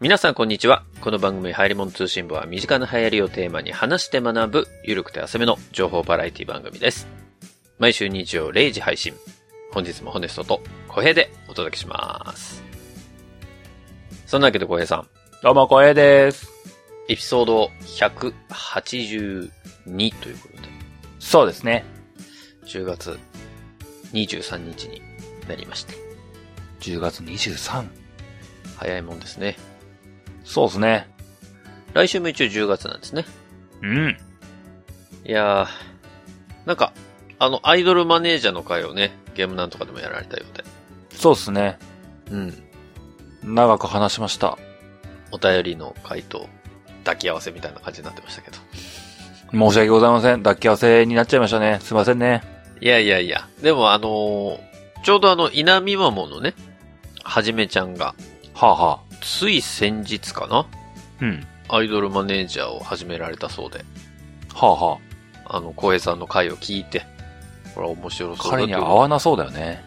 皆さんこんにちは。この番組、入り物通信部は、身近な流行りをテーマに話して学ぶ、ゆるくて浅めの情報バラエティ番組です。毎週日曜0時配信。本日もホネストと小平でお届けします。そんなわけで小平さん、どうも、光栄です。エピソード182ということで、そうですね。 10月23日になりました。 10月23。早いもんですね。そうですね。来週も一応10月なんですね。うん。いやー、なんか、あの、アイドルマネージャーの回をね、ゲームなんとかでもやられたようで。そうですね。うん。長く話しました。お便りの回と抱き合わせみたいな感じになってましたけど。申し訳ございません。抱き合わせになっちゃいましたね。すいませんね。いやいやいや、でもあのーちょうどあの、稲見まものね、はじめちゃんが、はあ、はあ、つい先日かなうん。アイドルマネージャーを始められたそうで、はあ、はあの、浩平さんの回を聞いて、これは面白あ、そうだ彼とにいはう合わなそうだよね。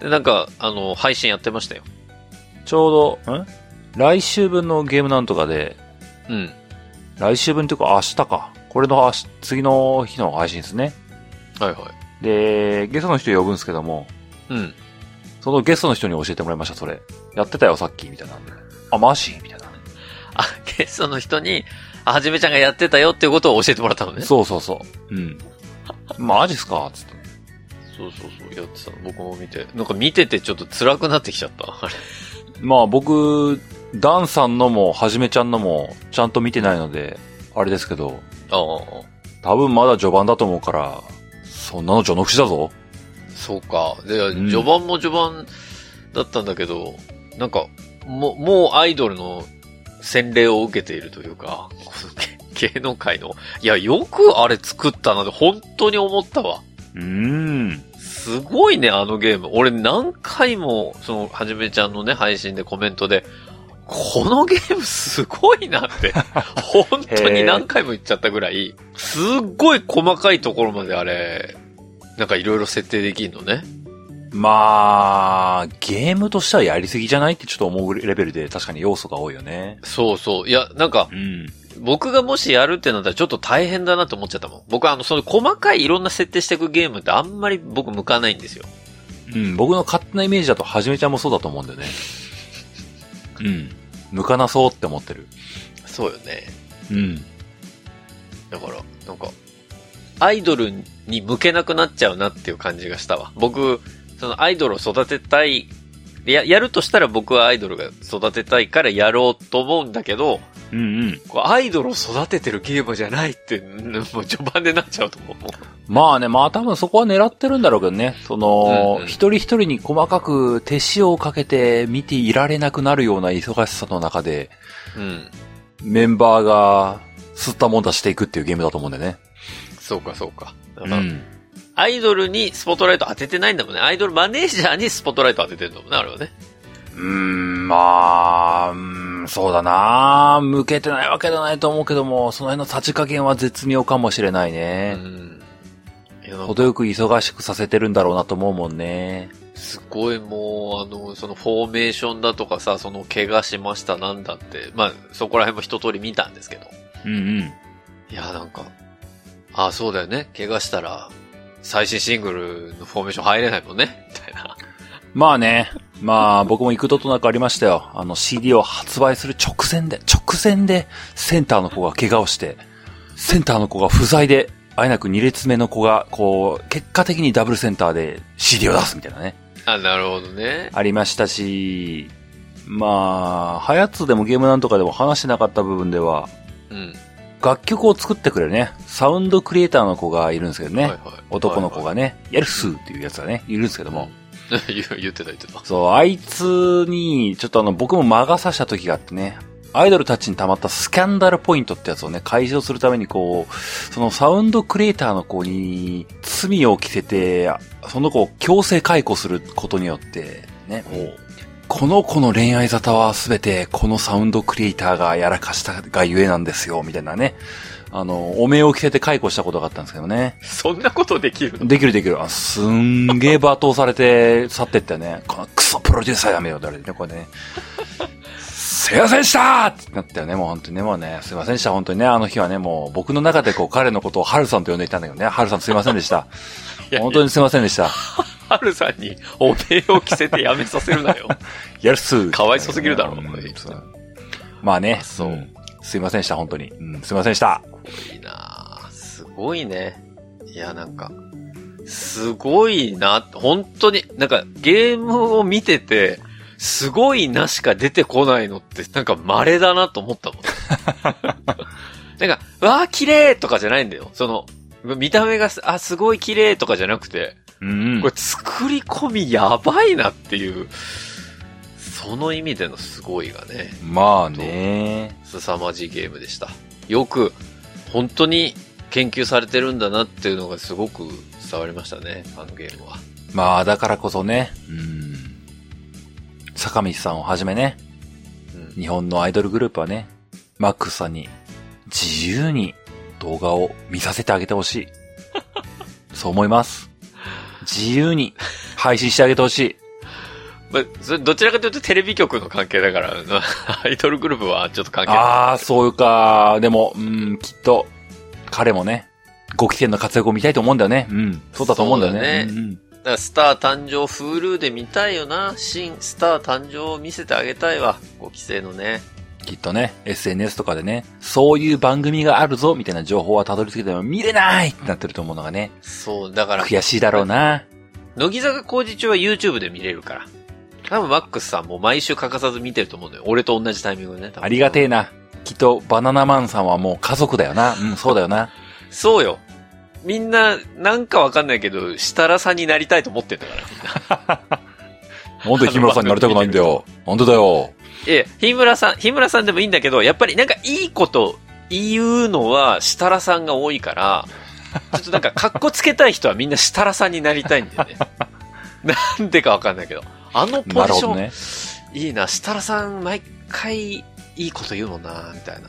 うでなんか、あの、配信やってましたよ。ん。ちょうど、ん来週分のゲームなんとかで、うん。来週分というか明日か。これの明日次の日の配信ですね。はいはい。で、ゲストの人呼ぶんですけども、うん。そのゲストの人に教えてもらいました、それ。やってたよ、さっき、みたいなんで。あ、マジみたいな。あ、ゲストの人に、あはじめちゃんがやってたよっていうことを教えてもらったのね。そうそうそう。うん。マジっすかつって。そうそうそう、やってたの。僕も見て。なんか見ててちょっと辛くなってきちゃった。あれ。まあ僕、ダンさんのも、はじめちゃんのも、ちゃんと見てないので、あれですけど、ああ。多分まだ序盤だと思うから、そんなの序の口だぞ。そうか。で、うん序盤も序盤だったんだけど、なんか、もう、もうアイドルの洗礼を受けているというか、 この芸芸能界の、いや、よくあれ作ったなって本当に思ったわ。うーん。すごいね、あのゲーム。俺何回も、その、はじめちゃんのね、配信でコメントで、このゲーム すごいなって、本当に何回も言っちゃったぐらい、すっごい細かいところまであれ、なんかいろいろ設定できるのね。まあ、ゲームとしてはやりすぎじゃないってちょっと思うレベルで確かに要素が多いよね。そうそう。いや、なんか、うん。僕がもしやるってなったらちょっと大変だなと思っちゃったもん。僕はあの、その細かいいろんな設定していくゲームってあんまり僕向かないんですよ。うん、僕の勝手なイメージだと、はじめちゃんもそうだと思うんだよね。うん。向かなそうって思ってる。そうよね。うん。だから、なんか、アイドルに向けなくなっちゃうなっていう感じがしたわ。僕、そのアイドルを育てたい、や、やるとしたら僕はアイドルが育てたいからやろうと思うんだけど、うんうん。こうアイドルを育ててるゲームじゃないって、うんもう序盤でなっちゃうと思う。まあね、まあ多分そこは狙ってるんだろうけどね。その、うんうん一人一人に細かく手塩をかけて見ていられなくなるような忙しさの中で、うん。メンバーが吸ったもんだしていくっていうゲームだと思うんだよね。そうか、そうか。だうからん。アイドルにスポットライト当ててないんだもんね。アイドルマネージャーにスポットライト当ててるんだもんね、あれはね。うーん、まあ、うーんそうだな向けてないわけじゃないと思うけども、その辺のさじ加減は絶妙かもしれないうね。ん。いや、なんか程よく忙しくさせてるんだろうなと思うもんね。すごいもう、あの、そのフォーメーションだとかさ、その怪我しましたなんだって、まあ、そこら辺も一通り見たんですけど。うんうん。いや、なんか、ああ、そうだよね。怪我したら、最新シングルのフォーメーション入れないもんね。みたいな。まあね。まあ、僕も幾度となくありましたよ。あの、CD を発売する直前で、直前で、センターの子が怪我をして、センターの子が不在で、あえなく2列目の子が、こう、結果的にダブルセンターで CD を出すみたいなね。あ、なるほどね。ありましたし、まあ、ハヤツでもゲームなんとかでも話してなかった部分では、うん。楽曲を作ってくれるね、サウンドクリエイターの子がいるんですけどね。はいはい男の子はがね、やるっすっていうやつがね、いるんですけども。いはい 言う言ってた言ってた。そう、あいつに、ちょっとあの、僕も魔が差した時があってね、アイドルたちに溜まったスキャンダルポイントってやつをね、解消するためにこう、そのサウンドクリエイターの子に罪を着せて、その子を強制解雇することによって、ね、もう、この子の恋愛沙汰はすべてこのサウンドクリエイターがやらかしたがゆえなんですよ、みたいなね。あの、お名を着せて解雇したことがあったんですけどね。そんなことできるのできるできる。あすんげえ 罵倒されて去ってったよね。このクソプロデューサーやめようって言われてね、これね。すいませんでしたってなったよね、もう本当にね、もうね、すいませんでした、本当にね、あの日はね、もう僕の中でこう彼のことをハルさんと呼んでいたんだけどね、ハルさんすいませんでした。 いや本当にすいませんでした。ハルさんにお礼を着せてやめさせるなよ。やるっすかわいそうすぎるだろうんこれそうまあね、あそうんすいませんでした、本当に。うん、すいませんでした。いいなぁすごいね。いや、なんか、すごいな、本当に、なんかゲームを見てて、すごいなしか出てこないのって、なんか稀だなと思ったもん。 なんか、わあ、綺麗とかじゃないんだよ。その、見た目がす、あ、すごい綺麗とかじゃなくて、うんこれ作り込みやばいなっていう、その意味でのすごいがね。まあね。凄まじいゲームでした。よく、本当に研究されてるんだなっていうのがすごく伝わりましたね、あのゲームは。まあ、だからこそね、うん。坂道さんをはじめね、うん、日本のアイドルグループはね、マックスさんに自由に動画を見させてあげて ほしい。そう思います。自由に配信してあげてほしい。まあ、それどちらかというとテレビ局の関係だから、 アイドルグループはちょっと関係ない。ああ、そういうか。でも、うん、きっと、彼もね、ご期限の活躍を見たいと思うんだよね。うん。そうだと思うんだよね。そうだねうんうんだからスター誕生、フールで見たいよな。新スター誕生を見せてあげたいわ。ご規制のね。きっとね、SNS とかでね、そういう番組があるぞ、みたいな情報はたどり着けても見れないってなってると思うのがね、そう、だから、悔しいだろうな。乃木坂工事中は YouTube で見れるから。多分マックスさんも毎週欠かさず見てると思うんだよ。俺と同じタイミングでね。多分ありがてえな。きっと、バナナマンさんはもう家族だよな。うん、そうだよな。そうよ。みんな、なんかわかんないけど、設楽さんになりたいと思ってんだから、みんな。なんで日村さんになりたくないんだよ。なんでだよ。いや、日村さん、日村さんでもいいんだけど、やっぱりなんかいいこと言うのは設楽さんが多いから、ちょっとなんか格好つけたい人はみんな 設楽さんになりたいんだよ ね。なんでかわかんないけど。あのポなジるシほョどン、ね。いいな、設楽さん毎回いいこと言うもんな、みたいな。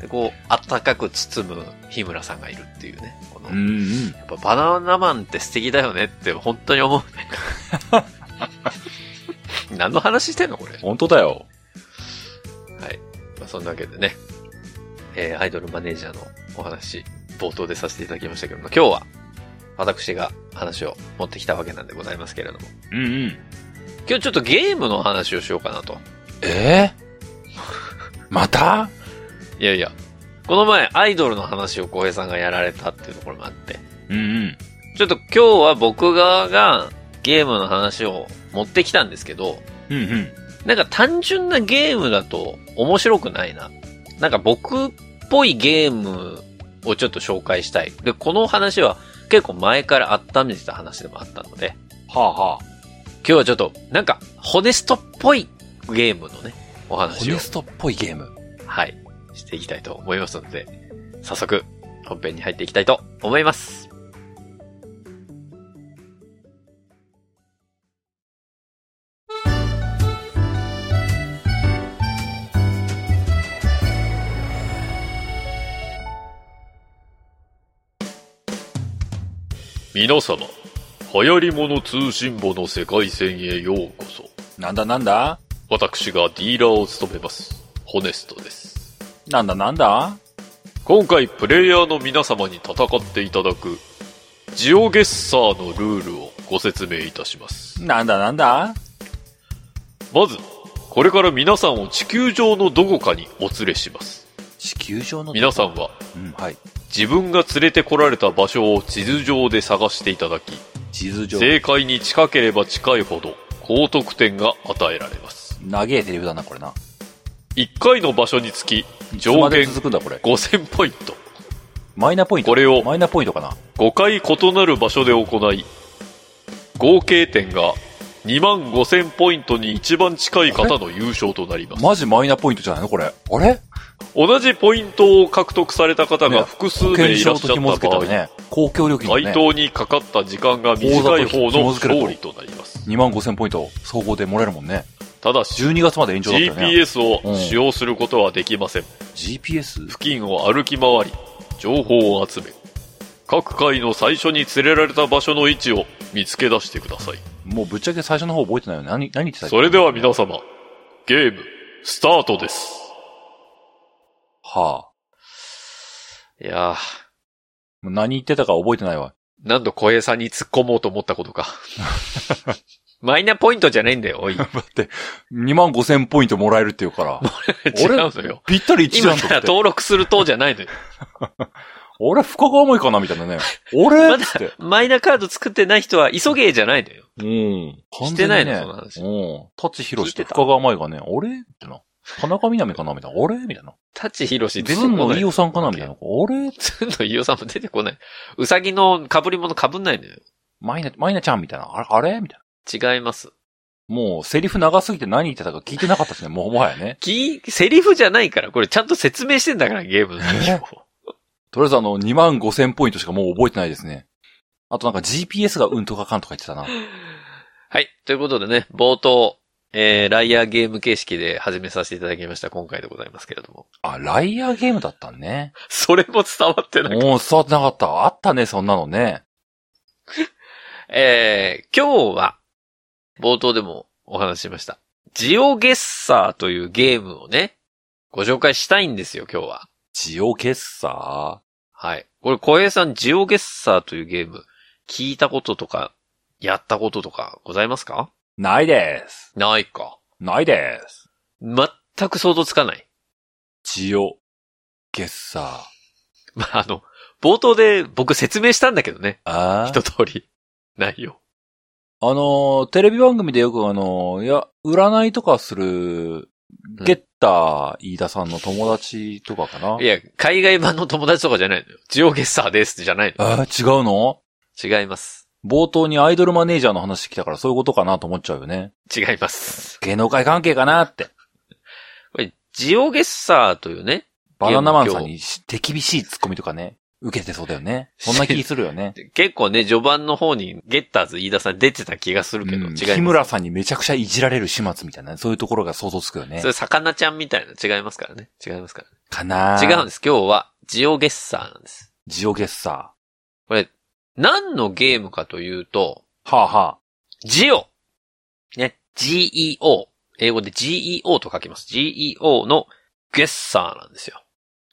で、こう、あったかく包む日村さんがいるっていうね。このうんうん。やっぱバナナマンって素敵だよねって本当に思うね。何の話してんのこれ。本当だよ。まあ、そんなわけでね、えーアイドルマネージャーのお話、冒頭でさせていただきましたけれども、今日は私が話を持ってきたわけなんでございますけれども、うんうん。今日ちょっとゲームの話をしようかなと。えー、またいやいや、この前アイドルの話を浩平さんがやられたっていうところもあって、うんうん。ちょっと今日は僕側がゲームの話を持ってきたんですけど、うんうん。なんか単純なゲームだと面白くないな。なんか僕っぽいゲームをちょっと紹介したい。で、この話は結構前から温めてた話でもあったので、はあはあ。今日はちょっとなんかホネストっぽいゲームのね、おホ話をネ、ストっぽいゲーム。はい、していきたいと思いますので、早速本編に入っていきたいと思います。皆様、流行り物通信簿の世界線へようこそ。なんだなんだ私がディーラーを務めます、ホネストです。なんだなんだ今回プレイヤーの皆様に戦っていただくジオゲッサーのルールをご説明いたしますなんだなんだまずこれから皆さんを地球上のどこかにお連れします地球上の。皆さんはうん、はい。自分が連れてこられた場所を地図上で探していただき地図上。正解に近ければ近いほど高得点が与えられます長えテレビだな、これな。 1回の場所につきいつ上まで限続くんだ、これ。 5000ポイントマイナポイント。これをマイナポイントかな。 5回異なる場所で行い合計点が2万5000ポイントに一番近い方の優勝となりますマジマイナポイントじゃないのこれ。あれ同じポイントを獲得された方が複数保名険いら証っしゃとった紐付け場た合らね。公共料金だ該ね。当にかかった時間が短い方の勝利となります2万5千ポイント、総合でもらえるもんね。ただし12月まで延長だったよね。 GPS を使用することはできません GPS? 付近を歩き回り情報を集め各回の最初に連れられた場所の位置を見つけ出してくださいもうぶっちゃけ最初の方覚えてないよね。何、何言ってたっけそれでは皆様、ゲーム、スタートです。はいやー、あ。もう何言ってたか覚えてないわ。何度小平さんに突っ込もうと思ったことか。 マイナポイントじゃねえんだよ、 おい。違だって、2万5千ポイントもらえるって言うか ら。うのよ。ぴったり1じゃ今んとから思って。登録するとじゃないのよ。俺、深川甘いかなみたいなね。俺っつって。マイナカード作ってない人は急げーじゃないのよ。うん。完して全にないのねその話うん。舘ひろしと聞いてた深川舞がね、俺ってな。田中みなみかなみたいな。俺みたいな。タチヒロシ出てずこんのない。飯尾さんかなみたいな。俺ずんの飯尾さんも出てこない。うさぎの被り物被んないのよ。マイナ、マイナちゃんみたいな。あれあれみたい違います。な。もう、セリフ長すぎて何言ってたか聞いてなかったですね。もう、もはやね。き、セリフじゃないから、これちゃんと説明してんだから、ゲームの内容を。とりあえずあの、2万5千ポイントしかもう覚えてないですね。あとなんか GPS がうんとかかんとか言ってたな。はい。ということでね、冒頭、えー、ライアーゲーム形式で始めさせていただきました、今回でございますけれども。 あ、ライアーゲームだったんね。それも伝わってない。もう伝わってなかった。あったね、そんなのね。えー、今日は、冒頭でもお話ししました。ジオゲッサーというゲームをね、ご紹介したいんですよ、今日は。ジオゲッサはい。これ、小平さん、ジオゲッサーというゲーム、聞いたこととか、やったこととか、ございますかーないです。ないか。ないです。全く想像つかない。 ジオゲッサまあ、あの、冒頭で僕説明したんだけどね。ー。あ ー一通り。内容。あのーテレビ番組でよくあのーいや、占いとかする、ゲッター飯田さんの友達とかかな。いや、海外版の友達とかじゃないのよ。ジオゲッサーですじゃないあー違うのの。違います。冒頭にアイドルマネージャーの話来たからそういうことかなと思っちゃうよね。違います。芸能界関係かなって。これ、ジオゲッサーというね、バナナマンさんにし手厳しいツッコミとかね、受けてそうだよね。そんな気するよね。結構ね、序盤の方にゲッターズ飯田さん出てた気がするけど、うん違日いま村さんにめちゃくちゃいじられる始末みたいな、そういうところが想像つくよす。ねそ。れ、魚ちゃんみたいな違いますからね。違いますかかなら、ね。違うんうです。今日は、ジオゲッサーなんです。ジオゲッサこれ、何のゲームかというと、ー。はあ、はあ、ジオ。ね。GEO。英語で GEO と書きます。GEO のゲッサーなんですよ。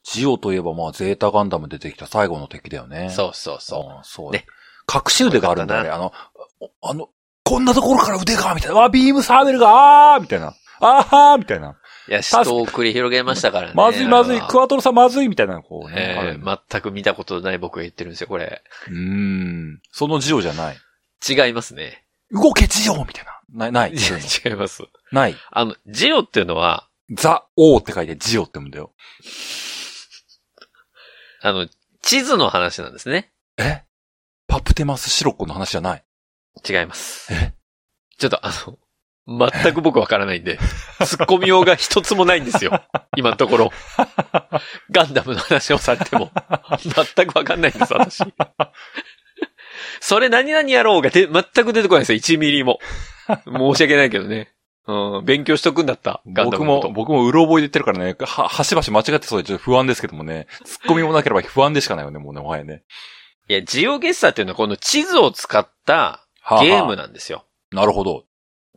ジオといえばまあ、ゼータガンダム出てきた最後の敵だよね。うそうそうそう。んそう。ね隠し腕があるんだよね。よあの、おあの、こんなところから腕がみたいな。わ、ビームサーベルがあーみたいな。あーはーみたいな。いや、人を繰り広げましたからね。まずいまずい、あれはクワトロさんまずいみたいな、こうね。あるよえねー全く見たことのない僕が言ってるんですよ、これ。うーん。そのジオじゃない。違いますね。動けジオみたいな。ない、ない い。そういうの や違います。ない。あの、ジオっていうのは、ザ・オーって書いてジオって言うんだよ。あの、地図の話なんですね。えパプテマスシロッコの話じゃない。違いますえ。ちょっとあの、全く僕わから ないんで、突っ込みようが一つもないんですよ。今のところ。ガンダムの話をされても、全くわかんないんです、私。それ何々やろうがで全く出てこないんですよ、1ミリも。申し訳ないけどね。うん、勉強しとくんだった、ガンダ僕ムのことも、。僕もうろ覚えで言ってるからね、は、はしばし間違ってそうでちょっと不安ですけどもね、ツッコミもなければ不安でしかないよね、もうね、もはやね。いや、ジオゲッサーっていうのはこの地図を使ったはあはあゲームなんですよ。なるほど。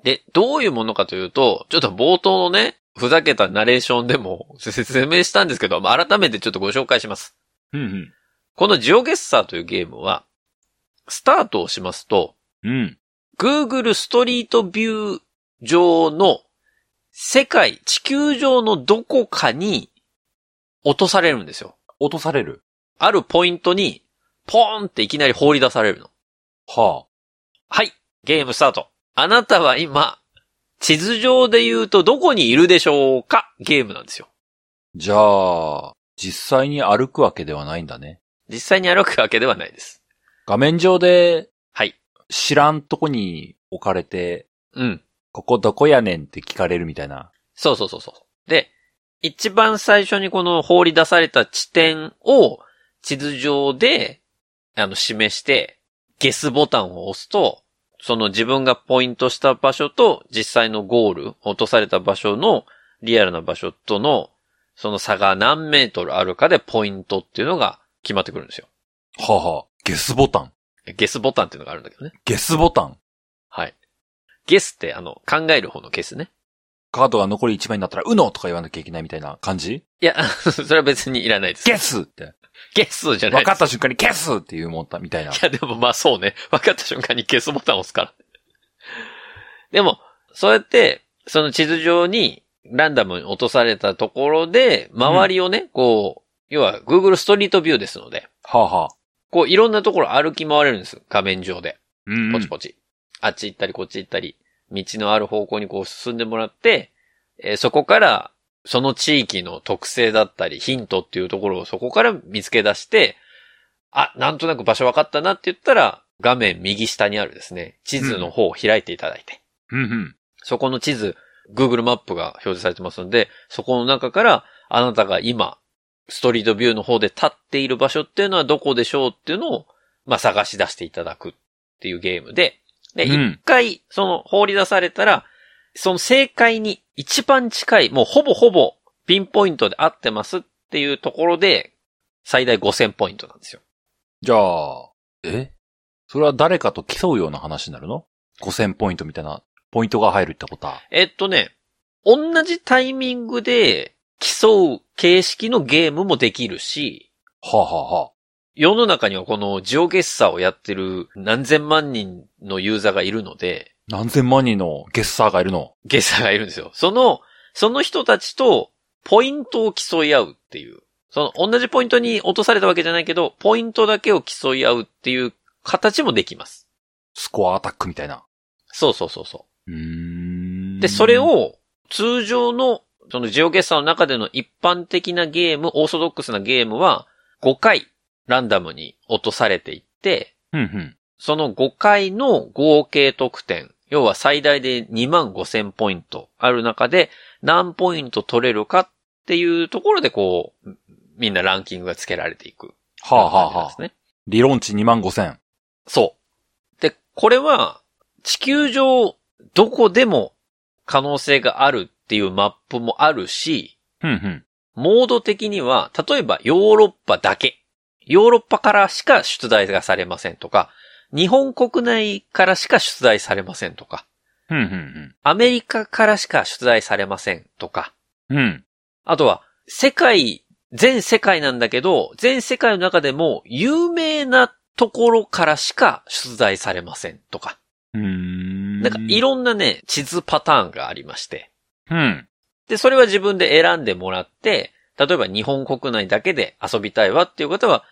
で、どういうものかというと、ちょっと冒頭のね、ふざけたナレーションでも 説明したんですけど、まあ改めてちょっとご紹介します。うん、このジオゲッサーというゲームは、スタートをしますと、うん。うん。 Google ストリートビュー上の世界、地球上のどこかに落とされるんですよ。落とされる。あるポイントに、ポーンっていきなり放り出されるの。ははい、ゲームスタート。あなたは今、地図上で言うとどこにいるでしょうかゲームなんですよ。あ。じゃあ、実際に歩くわけではないんだね。実際に歩くわけではないです。画面上で、はい。知らんとこに置かれて、うん。ここどこやねんって聞かれるみたいな。そうそうそうそう。で、一番最初にこの放り出された地点を地図上で、あの、示して、ゲスボタンを押すと、その自分がポイントした場所と実際のゴール、落とされた場所のリアルな場所との、その差が何メートルあるかでポイントっていうのが決まってくるんですよ。はあはあ。ゲスボタン。ゲスボタンっていうのがあるんだけどね。ゲスボタン。はい。ゲスってあの、考える方のゲスね。カードが残り1枚になったら、うのとか言わなきゃいけないみたいな感じいや、 それは別にいらないです。ゲスって。ゲスじゃないで分すかった瞬間にゲスっていうもんだ、みたいな。いや、でもまあそうね。 分かった瞬間に消すボタンを押すから。でも、そうやって、その地図上にランダムに落とされたところで、周りをね、こう、要は Google ストリートビューですので、はあ、はあ。こういろんなところ歩き回れるんです。画面上で。うんうポんチ。ポチ。あっち行ったりこっち行ったり、道のある方向にこう進んでもらって、えーそこから、その地域の特性だったり、ヒントっていうところをそこから見つけ出して、あ、なんとなく場所分かったなって言ったら、画面右下にあるですね、地図の方を開いていただいて、うんうん。そこの地図、Google マップが表示されてますので、そこの中から、あなたが今、ストリートビューの方で立っている場所っていうのはどこでしょうっていうのを、まあ、探し出していただくっていうゲームで、で、うん一回、その、放り出されたら、その正解に一番近い、もうほぼほぼ、ピンポイントで合ってますっていうところで、最大5000ポイントなんですよ。じゃあ、えそれは誰かと競うような話になるの ?5000 ポイントみたいな、ポイントが入るってことは。えっとね、同じタイミングで競う形式のゲームもできるし、はあ、はあはあ、世の中にはこのジオゲッサーをやってる何千万人のユーザーがいるので、何千万人のゲッサーがいるの。ゲッサーがいるんですよ。その、その人たちとポイントを競い合うっていう。その同じポイントに落とされたわけじゃないけど、ポイントだけを競い合うっていう形もできます。スコアアタックみたいな。そうそうそうそうーう。ん。で、それ、を通常の、そのジオゲッサーの中での一般的なゲーム、オーソドックスなゲームは5回ランダムに落とされていって、うんうん。その5回の合計得点、要は最大で2万5千ポイントある中で何ポイント取れるかっていうところでこう、みんなランキングがつけられていく。はあ、はあ感はじあ、なんですね。理論値2万5千。そう。で、これは地球上どこでも可能性があるっていうマップもあるし、うんうん。モード的には、例えばヨーロッパだけ。ヨーロッパからしか出題がされませんとか、日本国内からしか出題されませんとか、うんうんアメリカからしか出題されませんとか、うん。うん。あとは世界、全世界なんだけど、全世界の中でも有名なところからしか出題されませんとか、うーん。なんかいろんなね、地図パターンがありまして、うん。で、それは自分で選んでもらって、例えば日本国内だけで遊びたいわっていう方は、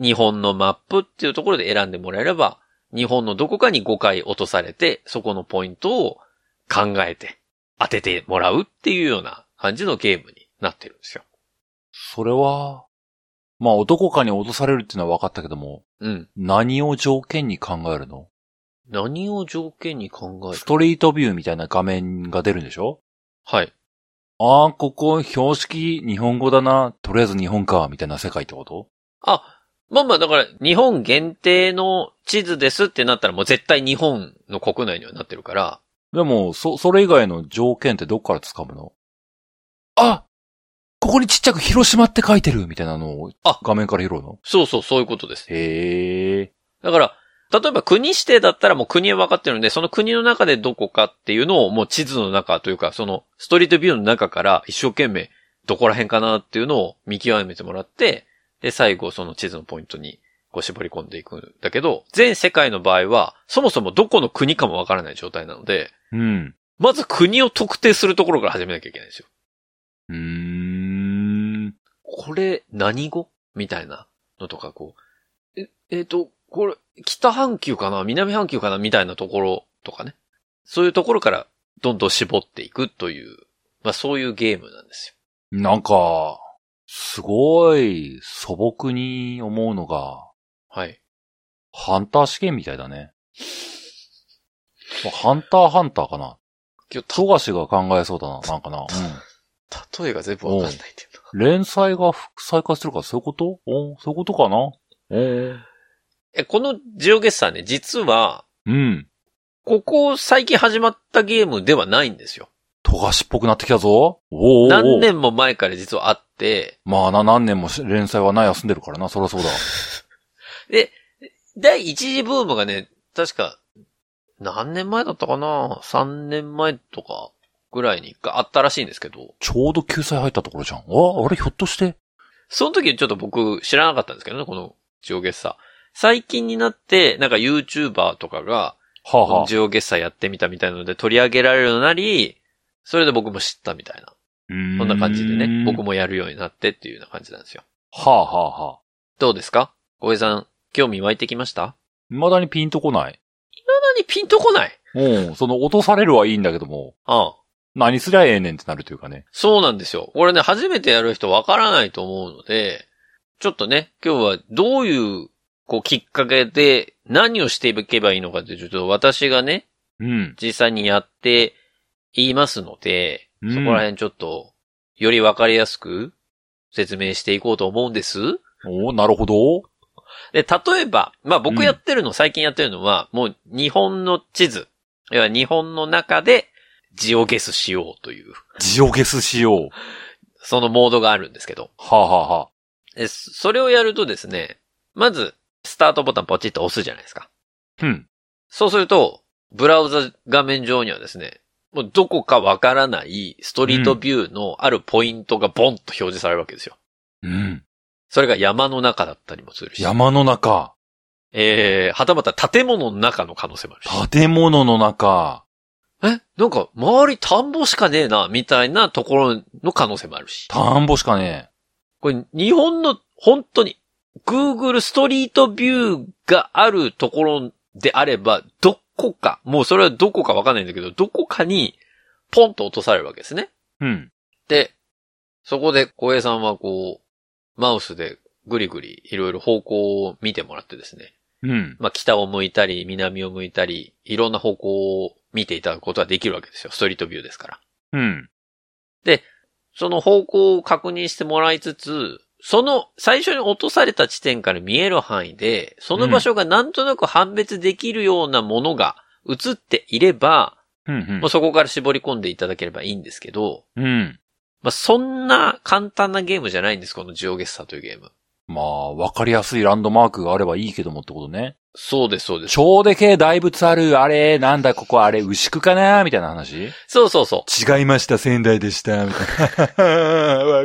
日本のマップっていうところで選んでもらえれば、日本のどこかに5回落とされて、そこのポイントを考えて当ててもらうっていうような感じのゲームになってるんですよ。それは、まあ、どこかに落とされるっていうのは分かったけども、うん。何を条件に考えるの何を条件に考えるストリートビューみたいな画面が出るんでしょはい。ああ、ここ標識日本語だな。とりあえず日本か、みたいな世界ってことあ、まあまあ、だから、日本限定の地図ですってなったらもう絶対日本の国内にはなってるから、でも、そ、それ以外の条件ってどっから掴むのあここにちっちゃく広島って書いてるみたいなのをあ画面から拾うのそうそう、そういうことです。へえ。だから、例えば国指定だったらもう国は分かってるので、その国の中でどこかっていうのをもう地図の中というか、そのストリートビューの中から一生懸命どこら辺かなっていうのを見極めてもらって、で、最後その地図のポイントにこう絞り込んでいくんだけど、全世界の場合は、そもそもどこの国かも分からない状態なので、うん。まず国を特定するところから始めなきゃいけないんですよ。うーん。これ何語みたいなのとかこう、え、えっ、と、これ、北半球かな南半球かなみたいなところとかね。そういうところからどんどん絞っていくという、まあそういうゲームなんですなんか、すごい素朴に思うのが、よ。はい。ハンター試験みたいだね。まあハンターハンターかな。今日富樫が考えそうだな、なんかな。た、例えが全部わかんないっていうのがうん。連載が複細化するからそういうことうん、そういうことかなええ、このジオゲッサーね、実は、えうん。ここ最近始まったゲームではないんですよ。富樫っぽくなってきたぞ。おーおーおー何年も前から実はあって、まあな、何年もし連載はな、休んでるからな、そりゃそうだ。で、第一次ブームがね、確か、何年前だったかな ?3 年前とかぐらいにがあったらしいんですけど、ちょうど救済入ったところじゃん。あ、あれひょっとしてその時ちょっと僕知らなかったんですけどね、このジオゲッサ。最近になって、なんか YouTuber とかが、はあ、はあ、ジオゲッサやってみたみたいなので取り上げられるようになり、それで僕も知ったみたいな。そそんな感じでね、僕。もやるようになってっていうような感じなんですよ。はあ、はあ、はあ。どうですか小江さん、興味湧いてきました未だにピンとこない。何ピンとこないうん、その落とされるはいいんだけども、ああ。何すりゃええねんってなるというかね。そうなんですよ。これね、初めてやる人わからないと思うので、ちょっとね、今日はどういう、こう、きっかけで何をしていけばいいのかって、ちょっと私がね、うん。実際にやって言いますので、うんそこら辺ちょっと、よりわかりやすく説明していこうと思うんです。おーなるほど。で、例えば、まあうん僕やってるの、最近やってるのは、もう日本の地図、要は日本の中でジオゲスしようという、ジオゲスしよう。そのモードがあるんですけど。はあ、はあはあ、で、そそれをやるとですね、まず、スタートボタンポチッと押すじゃないですか。うん。そうすると、ブラウザ画面上にはですね、もうどこかわからないストリートビューのあるポイントがボンと表示されるわけですよ。うん。それが山の中だったりもするし、山の中、えー、はたまた建物の中の可能性もあるし、建物の中、え、なんか周り田んぼしかねえな、みたいなところの可能性もあるし、田んぼしかねこれ日本の本当に Google ストリートビューがあるところであれば、どこか、もうそれはどこかわかんないんだけど、どこかにポンと落とされるわけですね。え。うん。で、そこで小平さんはこう、マウスでぐりぐりいろいろ方向を見てもらってですね。うん。まあ北を向いたり、南を向いたり、いろんな方向を見ていただくことができるわけですよ。ストリートビューですから。うん。その方向を確認してもらいつつ、その最初に落とされた地点から見える範囲で、その場所がなんとなく判別できるようなものが映っていれば、うん。うんもうそこから絞り込んでいただければいいんですけど、うん。まあ、そんな簡単なゲームじゃないんです、このジオゲッサというゲーム。まあ、わかりやすいランドマークがあればいいけどもってことね。そうです、そうです。ちょうでけえ大仏ある、あれ、なんだここあれ、牛久かなみたいな話そうそうそう。違いました、仙台でした、みたいな。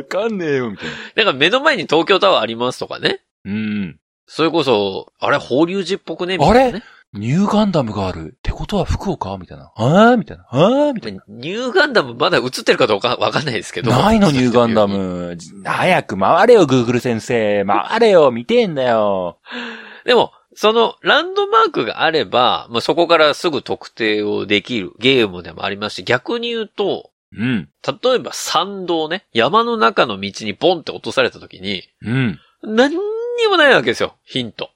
わかんねえよ、みたいな。だから目の前に東京タワーありますとかね。うん。それこそ、あれ、法隆寺っぽくねみたいなね。ニューガンダムがある。ってことは福岡みたいな。ああみたいな。ああみたいまあニューガンダムまだ映ってるかどうかわかんないですけど。な。ないの、ニューガンダ。ム。早く回れよ、グーグル先生。回れよ、見てんだよ。でも、そのランドマークがあれば、まあ、そこからすぐ特定をできるゲームでもありますし、逆に言うと、うん。例えば山道ね、山の中の道にボンって落とされた時に、うん。何にもないわけですよ、ヒント。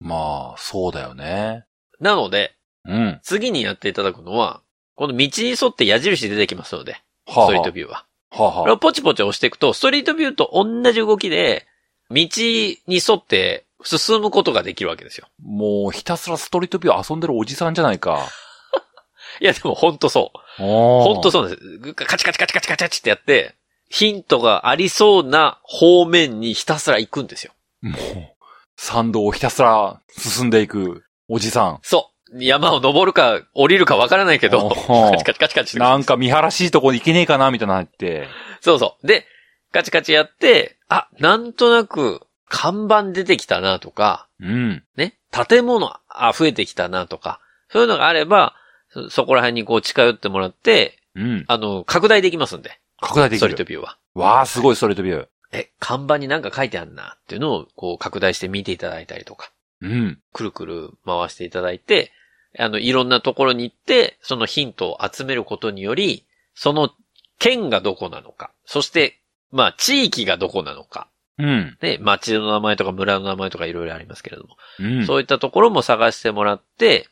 まあ、そうだよね。なので、うん。次にやっていただくのは、この道に沿って矢印出てきますので、はストリートビューは。はあ、こはれあをポチポチ押していくと、ストリートビューと同じ動きで、道に沿って進むことができるわけですよ。もう、ひたすらストリートビュー遊んでるおじさんじゃないか。いや、でも本当そう。ほ本当そうなんです。カチカチカチカチカチカチってやって、ヒントがありそうな方面にひたすら行くんですよ。もう、参道をひたすら進んでいくおじさん。そう。山を登るか降りるかわからないけど、おーカチカチカチカチ。なんか見晴らしいとこに行けねえかなみたいなの入って。そうそう。で、カチカチやって、あ、なんとなく看板出てきたなとか、うん。ね、建物あ増えてきたなとか、そういうのがあれば、そそこら辺にこう近寄ってもらって、うん。あの、拡大できますんで、拡大でストきリートる。ビューは。わあ、すごいストリートビュー。え、看板になんか書いてあんなっていうのをこう拡大して見ていただいたりとか。うん。くるくる回していただいて、あの、いろんなところに行って、そのヒントを集めることにより、その県がどこなのか、そして、まあ、地域がどこなのか、うん。ね、町の名前とか村の名前とかいろいろありますけれども、うん。そういったところも探してもらって、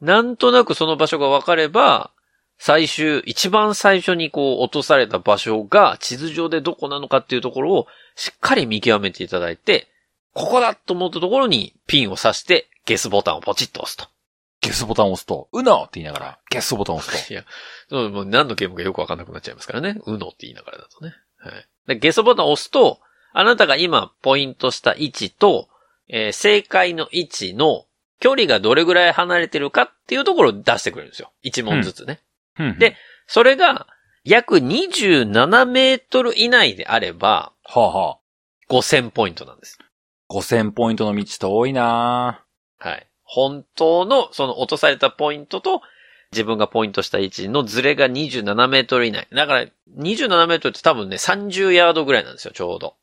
なんとなくその場所が分かれば、最終、一番最初にこう落とされた場所が地図上でどこなのかっていうところをしっかり見極めていただいて、ここだと思ったところにピンを刺してゲスボタンをポチッと押すと。ゲスボタンを押すと、うのって言いながら、ゲスボタンを押すと。いや、そうもう何のゲームかよくわかんなくなっちゃいますからね。うのって言いながらだとね。はい。で、ゲソボタンを押すと、あなたが今ポイントした位置と、えー正解の位置の距離がどれぐらい離れてるかっていうところを出してくれるんですよ。一問ずつね。うんでそれが、約27メートル以内であれば、はあは5000ポイントなんです。あ。5000ポイントの道遠いなはい。本当の、その落とされたポイントと、自分がポイントした位置のズレが27メートル以内。だから、27メートルって多分ね、30ヤードぐらいなんですよ、ちょうど。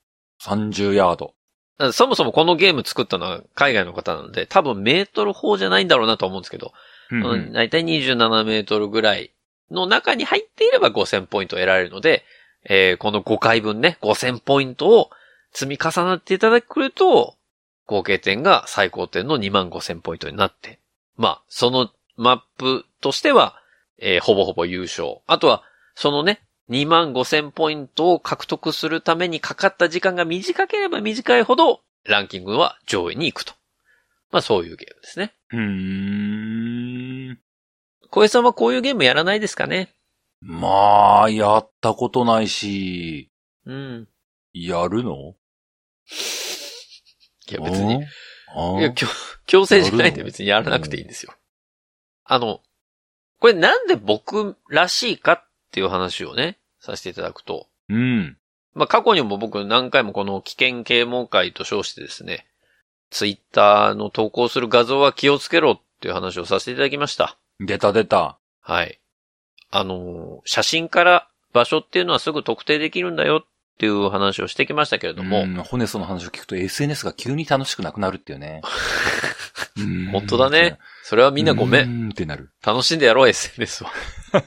30ヤード。だからそもそもこのゲーム作ったのは海外の方なんで、多分メートル法じゃないんだろうなと思うんですけど、うんううんん、大体27メートルぐらいの中に入っていれば5000ポイントを得られるので、えーこの5回分ね、5000ポイントを積み重なっていただくと、合計点が最高点の25000ポイントになって、まあ、そのマップとしては、えーほぼほぼ優勝。あとは、そのね、25000ポイントを獲得するためにかかった時間が短ければ短いほど、ランキングは上位に行くと。まあ、そういうゲームですね。うーん。小江さんはこういうゲームやらないですかねまあ、やったことないし、うん。やるのいや、別に。。あいや、強強制じゃないんでやるの別にやらなくていいんですよ。あの、これなんで僕らしいかっていう話をね、させていただくと、うん。まあ、過去にも僕何回もこの危険啓蒙会と称してですね、ツイッターの投稿する画像は気をつけろっていう話をさせていただきました。出た出た。はい。あのー、写真から場所っていうのはすぐ特定できるんだよっていう話をしてきましたけれども、うん、ホネソの話を聞くと SNS が急に楽しくなくなるってい うね。うん本当だね。。それはみんなごめんう。ーんってなる。楽しんでやろう、SNS は。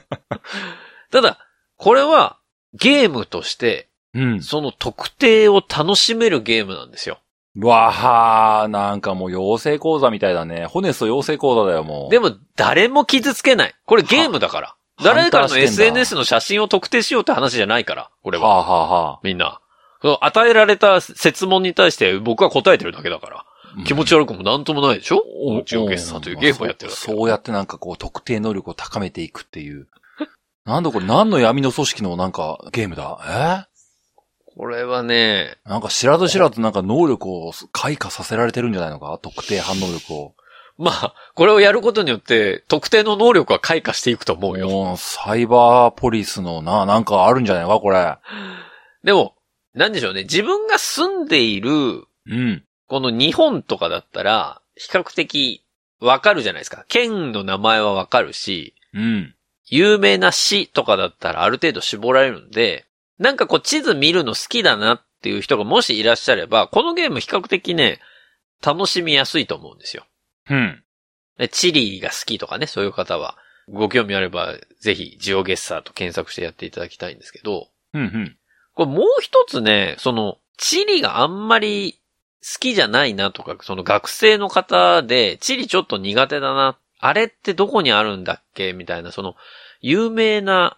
ただ、これはゲームとして、うん。その特定を楽しめるゲームなんですよ。わはー、なんかもう養成講座みたいだね。ホネソ養成講座だよ、もう。でも、誰も傷つけない。これゲームだから。誰かの反対してんだ SNS の写真を特定しようって話じゃないから、これはは。あ、はあはみんな。その与えられた説問に対して僕は答えてるだけだから。あ、気持ちち悪くもなんともないでしょお宇宙決算というゲームをやってるだけだそうそうやってなんかこう特定能力を高めていくっていう。なんだこれ、何の闇の組織のなんかゲームだこれはね、えなんか知らず知らずなんか能力を開花させられてるんじゃないのか特定反応力を。まあ、これをやることによって、特定の能力は開花していくと思うよ。もう、サイバーポリスのな、なんかあるんじゃないか、これ。でも、なんでしょうね。自分が住んでいる、うん。この日本とかだったら、比較的わかるじゃないですか。県の名前はわかるし、うん。有名な市とかだったらある程度絞られるんで、なんかこう地図見るの好きだなっていう人がもしいらっしゃれば、このゲーム比較的ね、楽しみやすいと思うんですよ。うん。でチリが好きとかね、そういう方は、ご興味あれば、ぜひ、ジオゲッサーと検索してやっていただきたいんですけど、うん、うん。これもう一つね、その、地理があんまり好きじゃないなとか、その学生の方で、地理ちょっと苦手だな、あれってどこにあるんだっけみたいな、その、有名な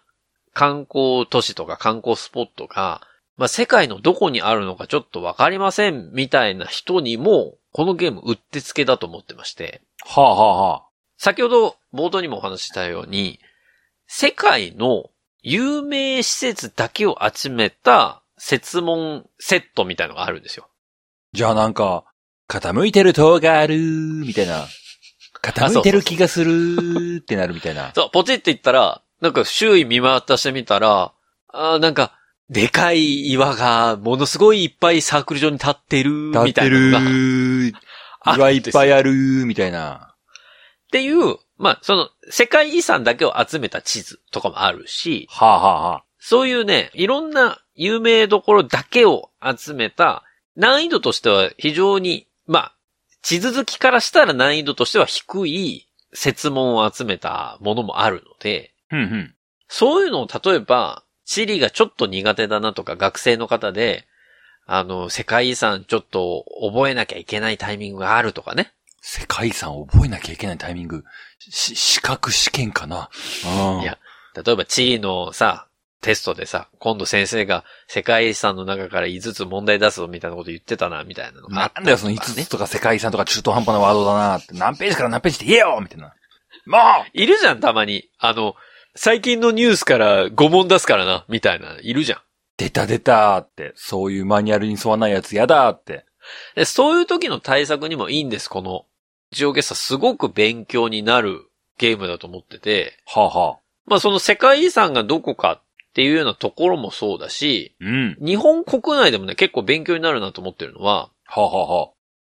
観光都市とか観光スポットが、まあ、世界のどこにあるのかちょっとわかりません、みたいな人にも、このゲームうってつけだと思ってまして、はあ、はあはあ、先ほど冒頭にもお話ししたように、世界の有名施設だけを集めた説問セットみたいのがあるんですよ。じゃあなんか、傾いてる塔があるみたいな。傾いてる気がするってなるみたいな。そう、ポチって言ったら、なんか周囲見渡してみたら、あーなんか、でかい岩がものすごいいっぱいサークル状に立ってるみ立たっていなるのがあるんですよ岩いっぱいあるみたいな。っていう、まあ、その世界遺産だけを集めた地図とかもあるし、はあ、はあはあ、そういうね、いろんな有名どころだけを集めた、難易度としては非常に、まあ、地図好きからしたら難易度としては低い説問を集めたものもあるので、うん、うん。そういうのを例えば、地理がちょっと苦手だなとか学生の方で、あの、世界遺産ちょっと覚えなきゃいけないタイミングがあるとかね。世界遺産を覚えなきゃいけないタイミング。し、資格試験かな。うん。いや例えば地理のさ、テストでさ、今度先生が世界遺産の中から5つ問題出すぞみたいなこと言ってたな、みたいなのがあなったりとかんだよ、その5つとか世界遺産とか中途半端なワードだなって。何ページから何ページって言えよみたいな。もいるじゃん、たまに。あの、最近のニュースから5問出すからな、みたいな、いるじゃん。う出た出たって。そういうマニュアルに沿わないやつやだって。で、そういう時の対策にもいいんです、この。ジオゲッサすごく勉強になるゲームだと思ってて、はあ、はまあその世界遺産がどこかっていうようなところもそうだし、うん。日本国内でもね、結構勉強になるなと思ってるのは、はあ、はあはあ、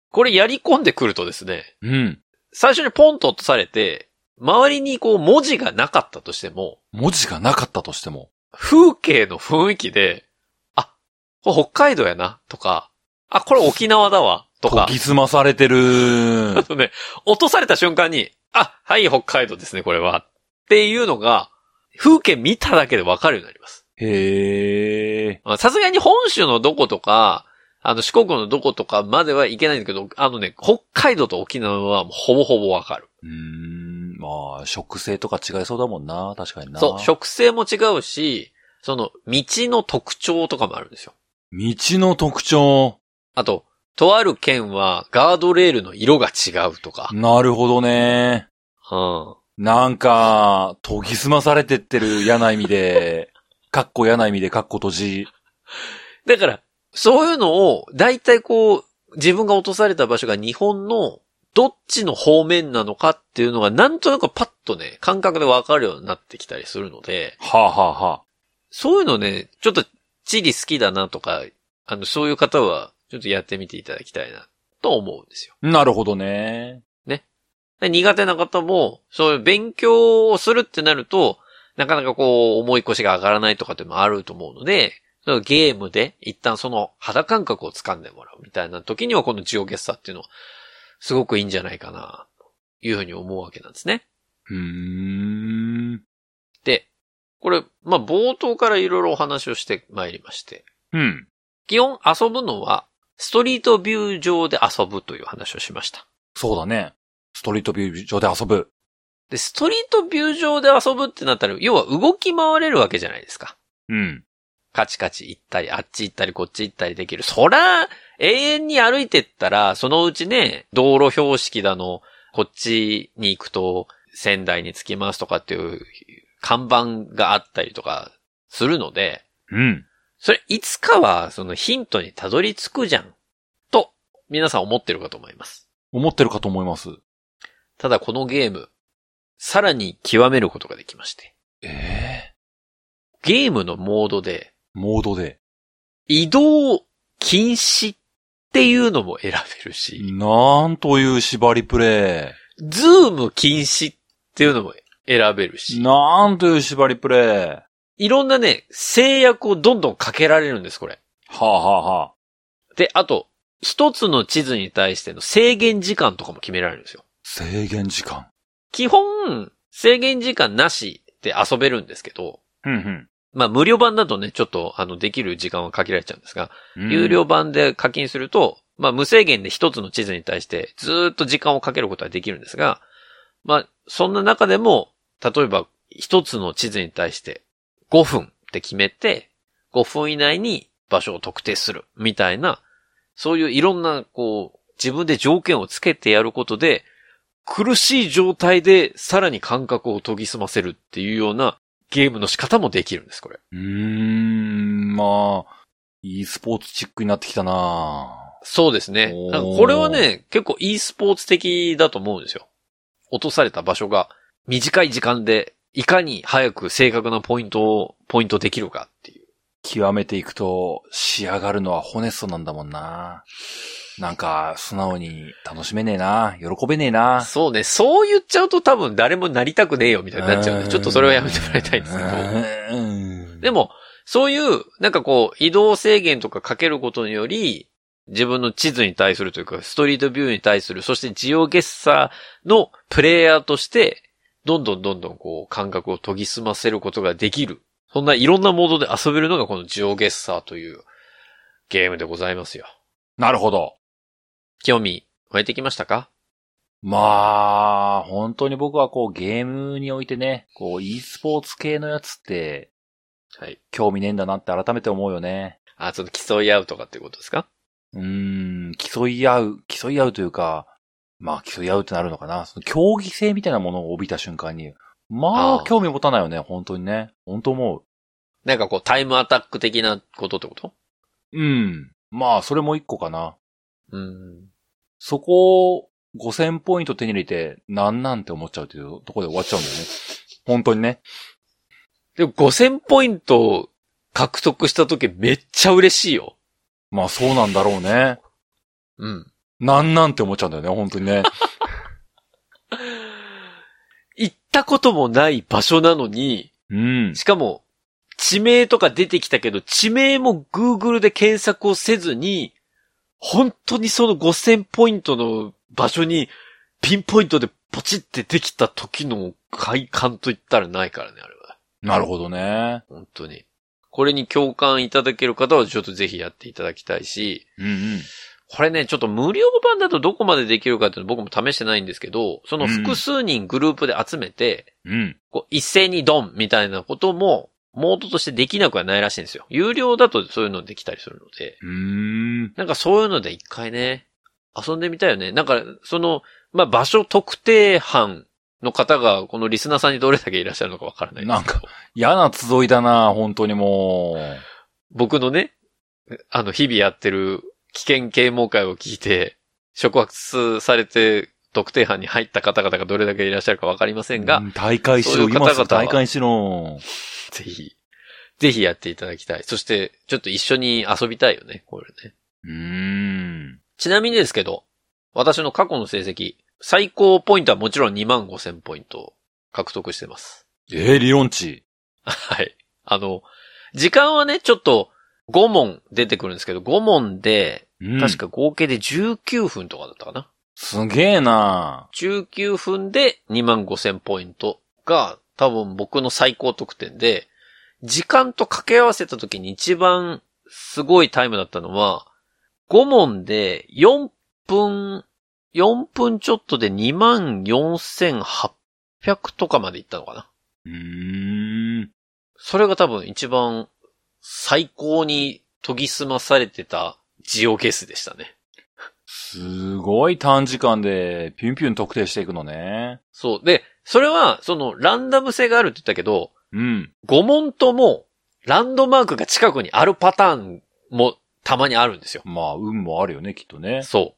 これやり込んでくるとですね、うん。最初にポンと落とされて、周りにこう文字がなかったとしても、文字がなかったとしても。風景の雰囲気で、あ、これ北海道やな、とか、あ、これ沖縄だわ、と研かぎ、澄まされてる あ。とね、落とされた瞬間に、あ、はい、北海道ですね、これは。っていうのが、風景見ただけでわかるようになります。へえ。まあさすがに本州のどことか、あの四国のどことかまではいけないんだけど、あのね、北海道と沖縄はもうほぼほぼわかる。うーん。まあ、植生とか違いそうだもんな。確かにな。そう、植生も違うし、その道の特徴とかもあるんですよ。道の特徴。あと、とある県はガードレールの色が違うとか。なるほどね。うん。なんか、研ぎ澄まされてってる嫌な意味で、 かっこ嫌な意味でかっこ閉じ。だから、そういうのを、だいたいこう、自分が落とされた場所が日本のどっちの方面なのかっていうのがなんとなくパッとね、感覚でわかるようになってきたりするので、はあ、はあはあ、そういうのね、ちょっと地理好きだなとか、あの、そういう方は、ちょっとやってみていただきたいな、と思うんですよ。なるほどね。で苦手な方も、そういう勉強をするってなると、なかなかこう、思い越しが上がらないとかっていうのもあると思うので、そのゲームで一旦その肌感覚を掴んでもらうみたいな時には、このジオゲッサっていうのは、すごくいいんじゃないかな、というふうに思うわけなんですね。うーん。で、これ、まあ、冒頭からいろいろお話をしてまいりまして、うん。基本遊ぶのは、ストリートビュー上で遊ぶという話をしました。そうだね。ストリートビュー上で遊ぶ。で、ストリートビュー上で遊ぶってなったら、要は動き回れるわけじゃないですか。うん。カチカチ行ったり、あっち行ったり、こっち行ったりできる。そら、永遠に歩いてったら、そのうちね、道路標識だの、こっちに行くと仙台に着きますとかっていう看板があったりとかするので、うん。それいつかはそのヒントにたどり着くじゃん、と皆さん思ってるかと思います。思ってるかと思います。ただこのゲーム、さらに極めることができまして。ええゲームのモードでモードで。移動禁止っていうのも選べるし、なんという縛りプレズーム禁止っていうのも選べるイ。し、なんという縛りプレイ。はいろんなね、制約をどんどんかけられるんです、これ。あ、はあはあ、で、あと、一つの地図に対しての制限時間とかも決められるんですよ。制限時間。基本、制限時間なしで遊べるんですけど、うんまあ無料版だとね、ちょっとあのできる時間は限られちゃうんですが、うん有料版で課金すると、まあ無制限で一つの地図に対してずーっと時間をかけることはできるんですが、まあそんな中でも、例えば一つの地図に対して5分って決めて、5分以内に場所を特定するみたいな、そういういろんなこう自分で条件をつけてやることで、苦しい状態でさらに感覚を研ぎ澄ませるっていうようなゲームの仕方もできるんです、これ。うーん、まあ、e スポーツチックになってきたなそうですね。おーなんかこれはね、結構 e スポーツ的だと思うんですよ。落とされた場所が短い時間でいかに早く正確なポイントをポイントできるかっていう。極めていくと仕上がるのはホネストなんだもんななんか、素直に楽しめねえな喜べねえなそうね、そう言っちゃうと多分誰もなりたくねえよみたいになっちゃうんで、ちょっとそれはやめてもらいたいんですけど。どでも、も、そういう、なんかこう、移動制限とかかけることにより、自分の地図に対するというか、ストリートビューに対する、そしてジオゲッサーのプレイヤーとして、どんどんどんどんこう、感覚を研ぎ澄ませることができる。そんないろんなモードで遊べるのがこのジオゲッサーというゲームでございますよ。なるほど。興味、湧いてきましたかまあ、本当に僕はこうゲームにおいてね、こう e スポーツ系のやつってはい。興味ねえんだなって改めて思うよね。あ、その競い合うとかっていうことですかうーん、競い合う、競い合うというか、まあ競い合うってなるのかな。その競技性みたいなものを帯びた瞬間に、まああー興味持たないよね、本当にね。本当思う。なんかこう、タイムアタック的なことってことうん。まあそれも一個かな。うん。そこを5000ポイント手に入れて、なんなんて思っちゃうっていうところで終わっちゃうんだよね。本当にね。でも5000ポイント獲得した時めっちゃ嬉しいよ。まあそうなんだろうね。うん。なんなんて思っちゃうんだよね、本当にね。行ったこともない場所なのに、うん。しかも、地名とか出てきたけど、地名も Google で検索をせずに、本当にその5000ポイントの場所に、ピンポイントでポチってできた時の快感と言ったらないからね、あれは。なるほどね。本当に。これに共感いただける方はちょっとぜひやっていただきたいし、うんうん。これね、ちょっと無料版だとどこまでできるかっていうの僕も試してないんですけど、その複数人グループで集めて、うん。こう一斉にドンみたいなことも、モードとしてできなくはないらしいんですよ。有料だとそういうのできたりするので、うーん。なんかそういうので一回ね、遊んでみたいよね。なんか、その、まあ、場所特定班の方が、このリスナーさんにどれだけいらっしゃるのかわからないですけど嫌な集いだな、本当にもう。僕のね、あの、日々やってる危険啓蒙会を聞いて、触発されて特定班に入った方々がどれだけいらっしゃるかわかりませんがう、ん大会しろ、そういう方々今はすぐ大会しろ。ぜひ、ぜひやっていただきたい。そして、ちょっと一緒に遊びたいよね、これね。うーん。ちなみにですけど、私の過去の成績、最高ポイントはもちろん2万5千ポイントを獲得してます。えー、理論値。はい。あの、時間はね、ちょっと5問出てくるんですけど、5問で、うん確。か合計で19分とかだったかな。すげえな。 19分で2万5千ポイントが多分僕の最高得点で、時間と掛け合わせた時に一番すごいタイムだったのは、5問で4分、4分ちょっとで2万4800とかまでいったのかな。うーん。それが多分一番最高に研ぎ澄まされてたジオゲスでしたね。すごい短時間でピュンピュン特定していくのね。そう。で、それは、その、ランダム性があるって言ったけど、うん。 5問とも、ランドマークが近くにあるパターンもたまにあるんですよ。まあ、運もあるよね、きっとね。そ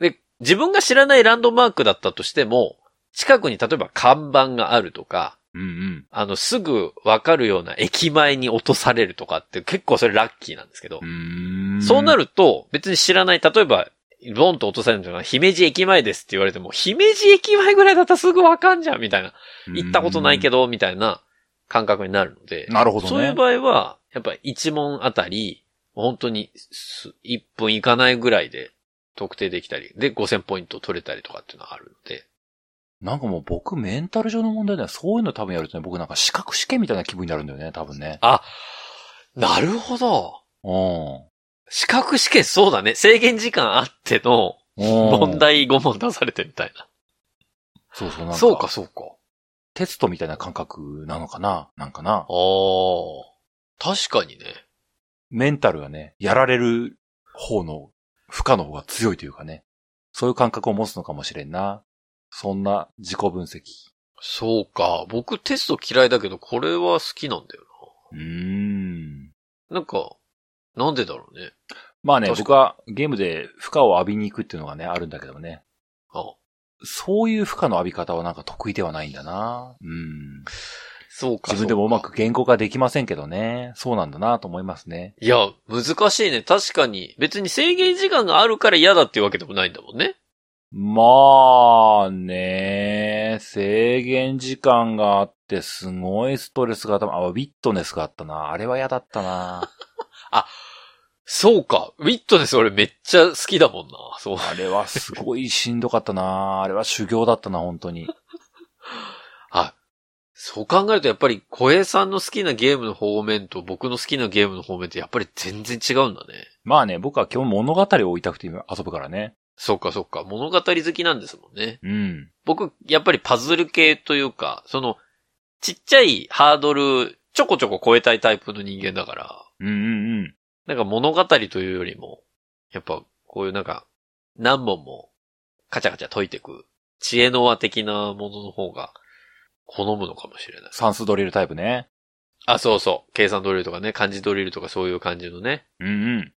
う。で、自分が知らないランドマークだったとしても、近くに例えば看板があるとか、うんうん。あの、すぐわかるような駅前に落とされるとかって結構それラッキーなんですけどう、ーん。そうなると別に知らない、例えば、ボンと落とされるのが姫路駅前ですって言われても、姫路駅前ぐらいだったらすぐわかんじゃんみたいな。行ったことないけど。ど、みたいな感覚になるので。なるほどねそういう場合は、やっぱ1問あたり、本当にす1分いかないぐらいで特定できたり、で5000ポイント取れたりとかっていうのはあるので。なんかもう僕、メンタル上の問題ではそういうの多分やるとね、僕なんか資格試験みたいな気分になるんだよね、多分ね。あ、なるほど。う資格試験そうだね。制限時間あってのん。うん問。題5問出されてみたいそうそう、なんな。か。そうか、。そうか。テストみたいな感覚なのかななんかなあー。確かにね。メンタルがね、やられる方の、負荷の方が強いというかね。そういう感覚を持つのかもしれんな。そんな自己分析。そうか。僕テスト嫌いだけど、これは好きなんだようーん。な。なんか、なんでだろうね。まあね、確かに僕はゲームで負荷を浴びに行くっていうのがね、あるんだけどもね。あそういう負荷の浴び方はなんか得意ではないんだな。うん。そうか。自分でもうまそうか。く言語化できませんけどね。そうなんだなと思いますね。いや、難しいね。確かに。別に制限時間があるから嫌だっていうわけでもないんだもんね。まあね、制限時間があってすごいストレスがあった。あ、ウィットネスがあったな。あれは嫌だったな。そうか。ウィットネス俺めっちゃ好きだもんな。そう。あれはすごいしんどかったな。あれは修行だったな、本当に。あ、そう考えるとやっぱり小平さんの好きなゲームの方面と僕の好きなゲームの方面ってやっぱり全然違うんだね。まあね、僕は基本物語を追いたくて遊ぶからね。そうかそうか。物語好きなんですもんね。うん。僕、やっぱりパズル系というか、その、ちっちゃいハードルちょこちょこ超えたいタイプの人間だから。うんうんうん。なんか物語というよりも、やっぱこういうなんか、何問もカチャカチャ解いていく、知恵の輪的なものの方が好むのかもしれない。算数ドリルタイプね。あ、そうそう。計算ドリルとかね、漢字ドリルとかそういう感じのね。うんうん。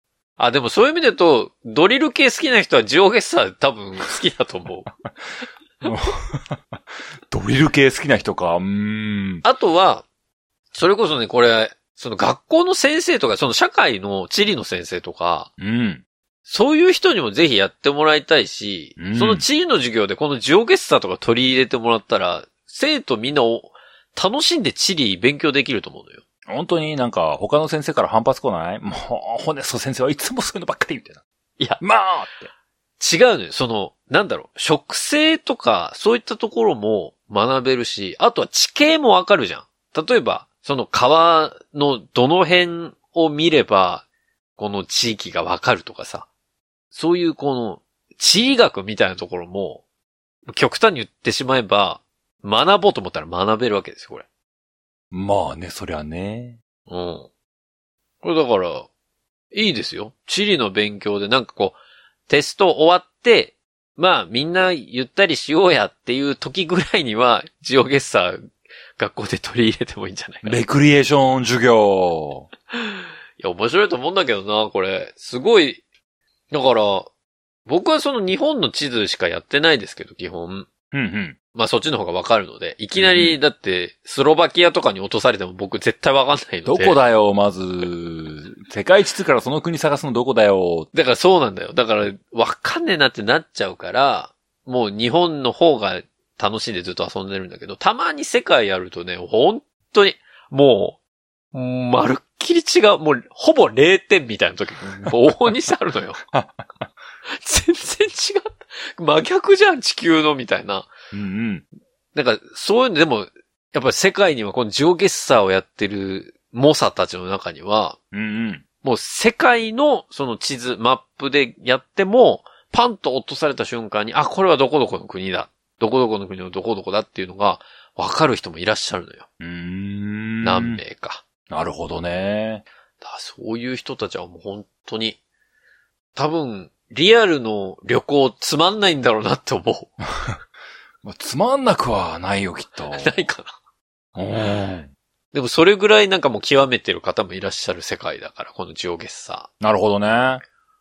あ、でもそういう意味で言うと、ドリル系好きな人はジオゲッサー多分好きだと思う。ドリル系好きな人か。うーん。あとは、それこそね、これ、その学校の先生とか、その社会の地理の先生とか、うん。そういう人にもぜひやってもらいたいし、うんその地理の授業でこのジオゲッサとか取り入れてもらったら、生徒みんなを楽しんで地理勉強できると思うのよ。本当になんか他の先生から反発来ない もう、ホネスト先生はいつもそういうのばっかりみたいな。いやまあって。違うのよ。その、なんだろう、植生とか、そういったところも学べるし、あとは地形もわかるじゃん。例えば、その川のどの辺を見れば、この地域がわかるとかさ。そういうこの、地理学みたいなところも、極端に言ってしまえば、学ぼうと思ったら学べるわけですよ、これ。まあね、そりゃね。うん。これだから、いいですよ。地理の勉強でなんかこう、テスト終わって、まあみんなゆったりしようやっていう時ぐらいには、ジオゲッサー学校で取り入れてもいいんじゃないかな。いレクリエーション授業。や、面白いと思うんだけどな、これ。すごい。だから、僕はその日本の地図しかやってないですけど、基本。うんうん。まあそっちの方がわかるので、いきなりだってスロバキアとかに落とされても僕絶対わかんないのどで。こだよ、まず。世界地図からその国探すのどこだよ。だからそうなんだよ。だから、わかんねえなってなっちゃうから、もう日本の方が楽しんでずっと遊んでるんだけど、たまに世界やるとね、本当に、もう、まるっきり違う、もう、ほぼ0点みたいな時、往々にしてあるのよ。全然違う。真逆じゃん、地球の、みたいな。うんうん。なんか、そういうの、でも、やっぱり世界にはこのジオゲッサーをやってる猛者たちの中には、うんうん。もう世界のその地図、マップでやっても、パンと落とされた瞬間に、あ、これはどこどこの国だ。どこどこの国のどこどこだっていうのが、わかる人もいらっしゃるのよ。うーん。何名か。なるほどね。だからそういう人たちはもう本当に、多分、リアルの旅行つまんないんだろうなって思う。まあつまんなくはないよ、きっと。 ないかな。うん。でもそれぐらいなんかもう極めてる方もいらっしゃる世界だから、このジオゲッサー。なるほどね。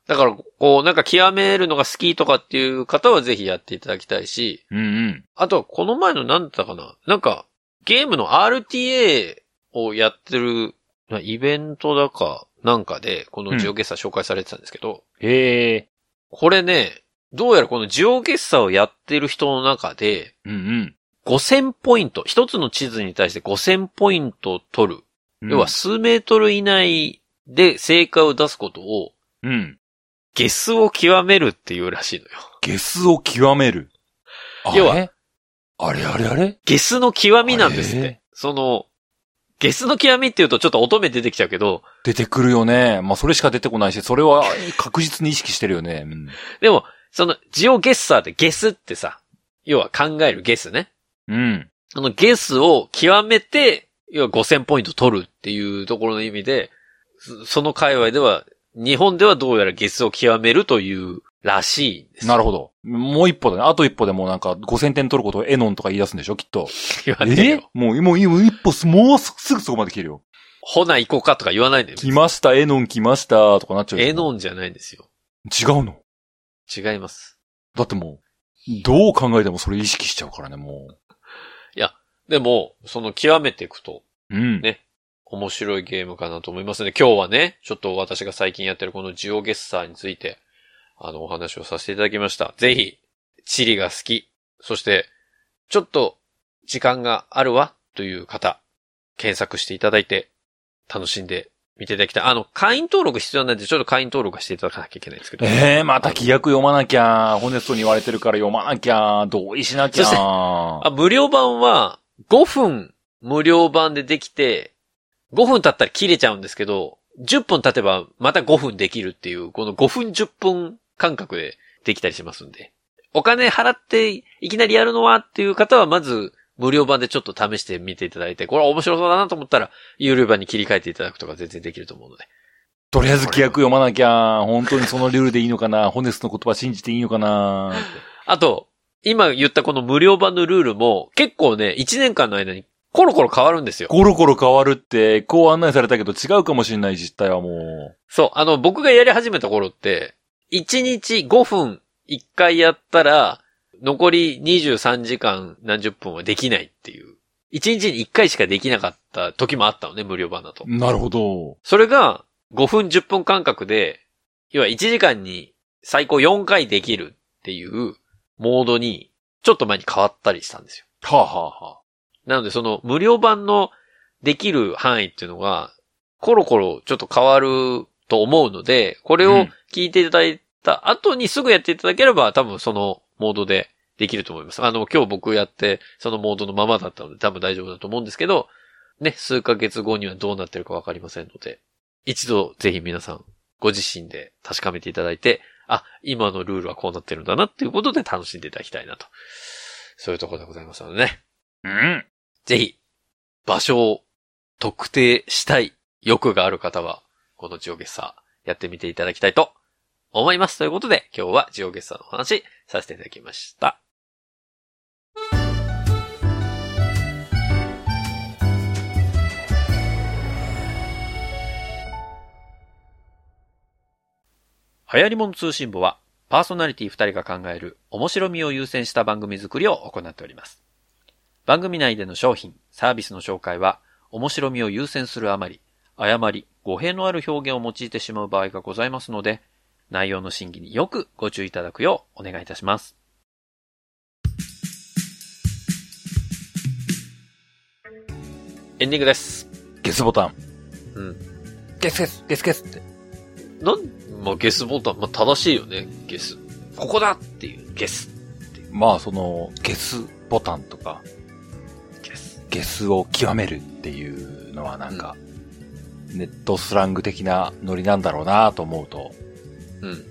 だから、こう、なんか極めるのが好きとかっていう方はぜひやっていただきたいし、うんうん。あとはこの前の何だったかななんか、ゲームの RTA をやってる、なイベントだか、なんかで、このジオゲッサー紹介されてたんですけど、へえ。これね、どうやらこのジオゲッサーをやってる人の中で、うんうん5000ポイント、一つの地図に対して5000ポイントを取る。うん。要は数メートル以内で正解を出すことを、うん。ゲスを極めるっていうらしいのよ。ゲスを極める。あれ要はあれあれあれゲスの極みなんですっあれて。その、ゲスの極みっていうとちょっと乙女出てきちゃうけど、出てくるよね。まあ、それしか出てこないし、それは確実に意識してるよね。うん。でも、その、ジオゲッサーってゲスってさ、要は考えるゲスね。うん。そのゲスを極めて、要は5000ポイント取るっていうところの意味で、そその界隈では、日本ではどうやらゲスを極めるというらしいんです。なるるほど。もう一歩だね。あと一歩でもうなんか5000点取ることをエノンとか言い出すんでしょきっと。言わねええよ。もう、もう、もう一歩す、もうすすぐそこまで来てるよ。ほな行こうかとか言わないんだよ。来ました、エノン来ました、とかなっちゃう。エノンじゃないんですよ。ン。違うの。違います。だってもう、どう考えてもそれ意識しちゃうからね、もでも、その極めていくと、う。うん。ね面白いゲームかなと思いますね。今日はね、ちょっと私が最近やってるこのジオゲッサーについて、あの、お話をさせていただきました。ぜひ、地理が好き、そして、ちょっと、時間があるわ、という方、検索していただいて、楽しんで見ていただきたい。あの、会員登録必要なんで、ちょっと会員登録はしていただかなきゃいけないんですけど。ええまた規約読まなきゃ、ホネストに言われてるから読まなきゃ、同意しなきそしてゃ。あ、無料版は、5分無料版でできて、5分経ったら切れちゃうんですけど、10分経てばまた5分できるっていう、この5分10分間隔でできたりしますんで。お金払っていきなりやるのはっていう方は、まず無料版でちょっと試してみていただいて、これは面白そうだなと思ったら、有料版に切り替えていただくとか全然できると思うので。とりあえず規約読まなきゃ、本当にそのルールでいいのかな、ホネストの言葉信じていいのかな。あと、今言ったこの無料版のルールも、結構ね、1年間の間にコロコロ変わるんですよ。コロコロ変わるって、こう案内されたけど違うかもしれない実態はもそう、あの、僕がやり始めた頃って、1日5分1回やったら、残り23時間何十分はできないっていう1日に1回しかできなかった時もあったのね、無料版だと。なるほど。それが5分10分間隔で、要は1時間に最高4回できるっていうモードに、ちょっと前に変わったりしたんですよ。はあ、はあはあ、なのでその無料版のできる範囲っていうのが、コロコロちょっと変わると思うので、これうをん聞いていただいた後にすぐやっていただければ、多分そのモードでできると思います。あの、今日僕やって、そのモードのままだったので多分大丈夫だと思うんですけど、ね、数ヶ月後にはどうなってるかわかりませんので、一度ぜひ皆さんご自身で確かめていただいて、あ、今のルールはこうなってるんだなっていうことで楽しんでいただきたいなと。そういうところでございますのでね。うん。ぜひ、場所を特定したい欲がある方は、このジオゲッサーやってみていただきたいと思います。ということで、今日はジオゲッサーのお話させていただきました。流行り物通信簿は、パーソナリティ2人が考える面白みを優先した番組作りを行っております。番組内での商品、サービスの紹介は、面白みを優先するあまり、誤り、語弊のある表現を用いてしまう場合がございますので、内容の審議によくご注意いただくようお願いいたします。エンディングです。ゲスボタン。うん。ゲスゲス、ゲスゲスって。なん、まあ、ゲスボタン、まあ、正しいよね、ゲス。ここだっていう、ゲス。まあ、その、ゲスボタンとか、ゲス。ゲスを極めるっていうのはなんか、ネットスラング的なノリなんだろうなと思うと、うん。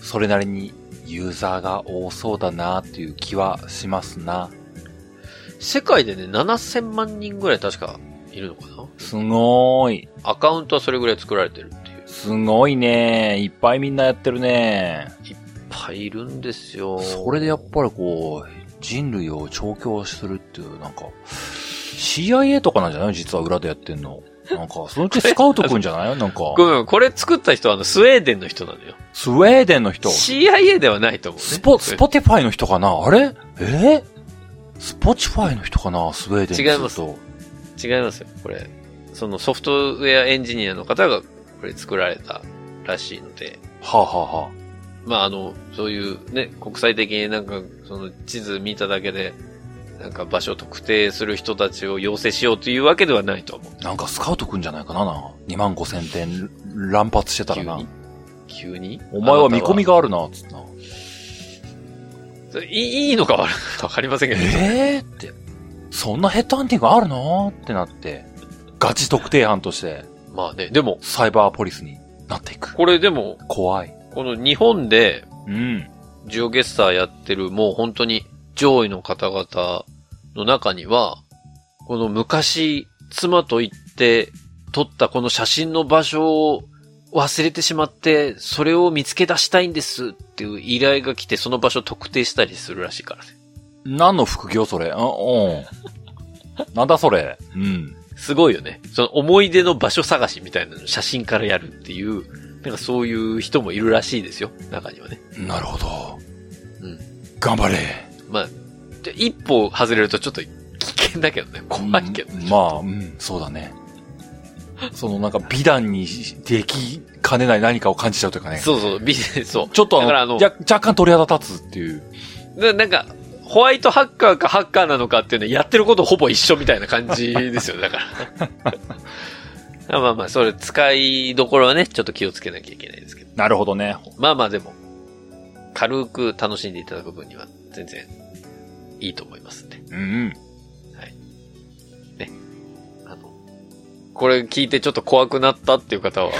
それなりにユーザーが多そうだなっていう気はしますな。世界でね、7000万人ぐらい確かいるのかなすごーい。アカウントはそれぐらい作られてるっていう。いっすごいねいっぱいみんなやってるねぱいいるんですよ。それでやっぱりこう、人類を調教するっていう、なんか、CIA とかなんじゃない実は裏でやってんの。なんか、そのうちスカウトくんじゃ ないなんか、ごめん、これ作った人はあの、スウェーデンの人なのよ。スウェーデンの人。 CIA ではないと思う、ね。スポ、スポティファイの人かなあれえスポチファイの人かなスウェーデンって言うと違違いますよ、これ。そのソフトウェアエンジニアの方が、これ作られたらしいので。はあ、はあはあ、まあ、あの、そういうね、国際的になんか、その地図見ただけで、なんか場所を特定する人たちを要請しようというわけではないとは思う。なんかスカウトくんじゃないかなな。2万5千点乱発してたらな。急に急にお前は見込みが。があるな、つってな。それいいいいのか悪いのかわかりませんけど。えーって、そんなヘッドハンティングあるのってなって、ガチ特定犯として、まあね、でも、サイバーポリスになっていく。これでも、怖い。この日本で、うん。ジオゲッサーやってるもう本当に上位の方々の中には、この昔妻と行って撮ったこの写真の場所を忘れてしまって、それを見つけ出したいんですっていう依頼が来てその場所を特定したりするらしいからね。何の副業それうん、うん。なんだそれうん。すごいよね。その思い出の場所探しみたいなのを写真からやるっていう、なんかそういう人もいるらしいですよ。中にはね。なるほど。うん。頑張れ。まあ、で一歩外れるとちょっと危険だけどね。怖いけどね。うんまあ、うん、そうだね。そのなんか美談にできかねない何かを感じちゃうというかね。そうそう、ビジネス、そう。ちょっとあだからあの、のや若干鳥肌立つっていう。ななんか、ホワイトハッカーかハッカーなのかっていうのはやってることほぼ一緒みたいな感じですよね、だから。まあまあ、それ使いどころはね、ちょっと気をつけなきゃいけないですけど。なるほどね。まあまあでも、軽く楽しんでいただく分には全然いいと思いますんで。うんうん。あの、これ聞いてちょっと怖くなったっていう方 は、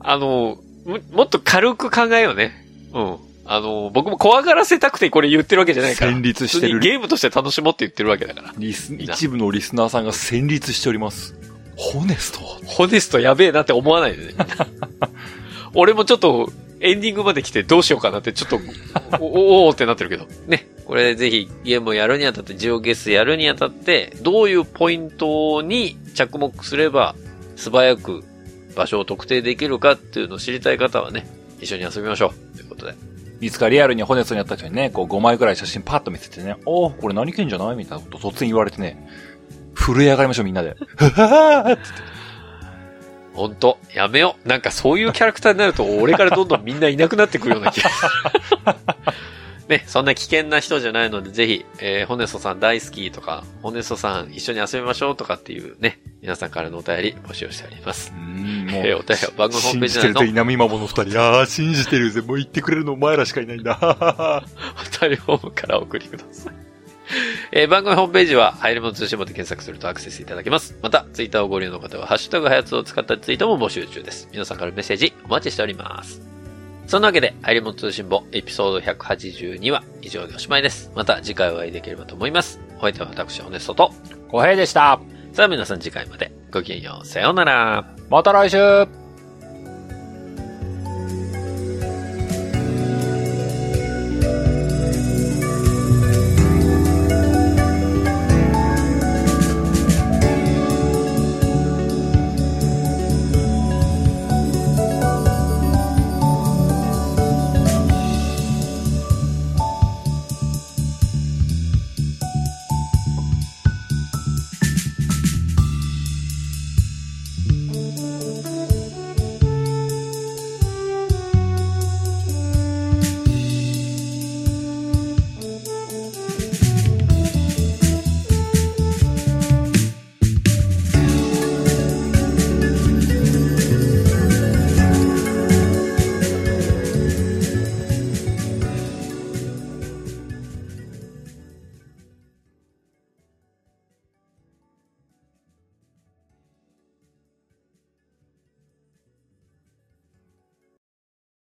あの、ももっと軽く考えようね。うん。あの、僕も怖がらせたくてこれ言ってるわけじゃないから。戦慄してる普通にゲームとして楽しもうって言ってるわけだから。リス、いな一部のリスナーさんが戦慄しております。ホネストホネストやべえなって思わないで ね。俺もちょっとエンディングまで来てどうしようかなってちょっ と、おおおーってなってるけど。ね。これぜひゲームをやるにあたって、ジオゲスやるにあたって、どういうポイントに着目すれば素早く場所を特定できるかっていうのを知りたい方はね、一緒に遊びましょう。ということで。いつかリアルにホネストに会った人にね、こう5枚くらい写真パッと見せてね、おーこれ何県じゃないみたいなこと突然言われてね、震え上がりましょうみん なで。ほんと、やめよう。なんかそういうキャラクターになると、俺からどんどんみんないなくなってくるような気が ね、そんな危険な人じゃないので、ぜひ、えー、ホネソさん大好きとか、ホネソさん一緒に遊びましょうとかっていうね、皆さんからのお便り募集しております。うんもえー、お便りは番組ホーム信ページじて内るのと稲見まぼの二人。ああ、信じてるぜ。もう言ってくれるのお前らしかいないんだ。お便りフォームからお送りください。えー番組ホームページは、入り物通信簿で検索するとアクセスいただけます。また、ツイッターをご利用の方は、ハッシュタグハヤツを使ったツイートも募集中です。皆さんからのメッセージお待ちしております。そんなわけで、入り物通信簿エピソード182は以上でおしまいです。また次回お会いできればと思います。お相手は私、ホネストと。小平でした。さあ皆さん次回まで。ごきげんよう。さようなら。また来週